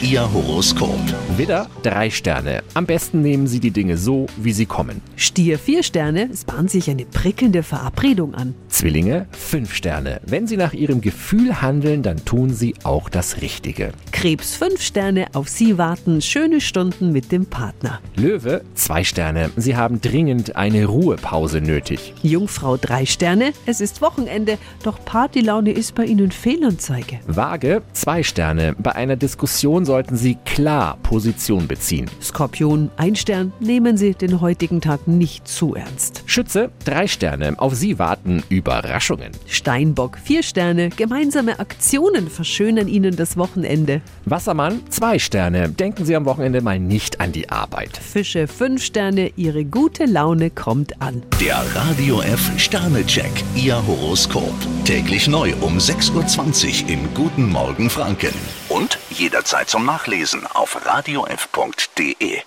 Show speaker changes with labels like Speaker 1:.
Speaker 1: Ihr Horoskop.
Speaker 2: Widder, drei Sterne. Am besten nehmen Sie die Dinge so, wie sie kommen.
Speaker 3: Stier vier Sterne, es bahnt sich eine prickelnde Verabredung an.
Speaker 2: Zwillinge, fünf Sterne. Wenn Sie nach Ihrem Gefühl handeln, dann tun Sie auch das Richtige.
Speaker 3: Krebs fünf Sterne, auf Sie warten schöne Stunden mit dem Partner.
Speaker 2: Löwe, zwei Sterne. Sie haben dringend eine Ruhepause nötig.
Speaker 3: Jungfrau drei Sterne, es ist Wochenende, doch Partylaune ist bei Ihnen Fehlanzeige.
Speaker 2: Waage, zwei Sterne. Bei einer Diskussion sollten Sie klar Position beziehen.
Speaker 3: Skorpion ein Stern, nehmen Sie den heutigen Tag nicht zu ernst.
Speaker 2: Schütze, drei Sterne. Auf Sie warten Überraschungen.
Speaker 3: Steinbock vier Sterne, gemeinsame Aktionen verschönern Ihnen das Wochenende.
Speaker 2: Wassermann, zwei Sterne. Denken Sie am Wochenende mal nicht an die Arbeit.
Speaker 3: Fische fünf Sterne, Ihre gute Laune kommt an.
Speaker 1: Der Radio F Sternecheck, Ihr Horoskop. Täglich neu um 6.20 Uhr im Guten Morgen Franken. Und jederzeit zum Nachlesen auf radiof.de.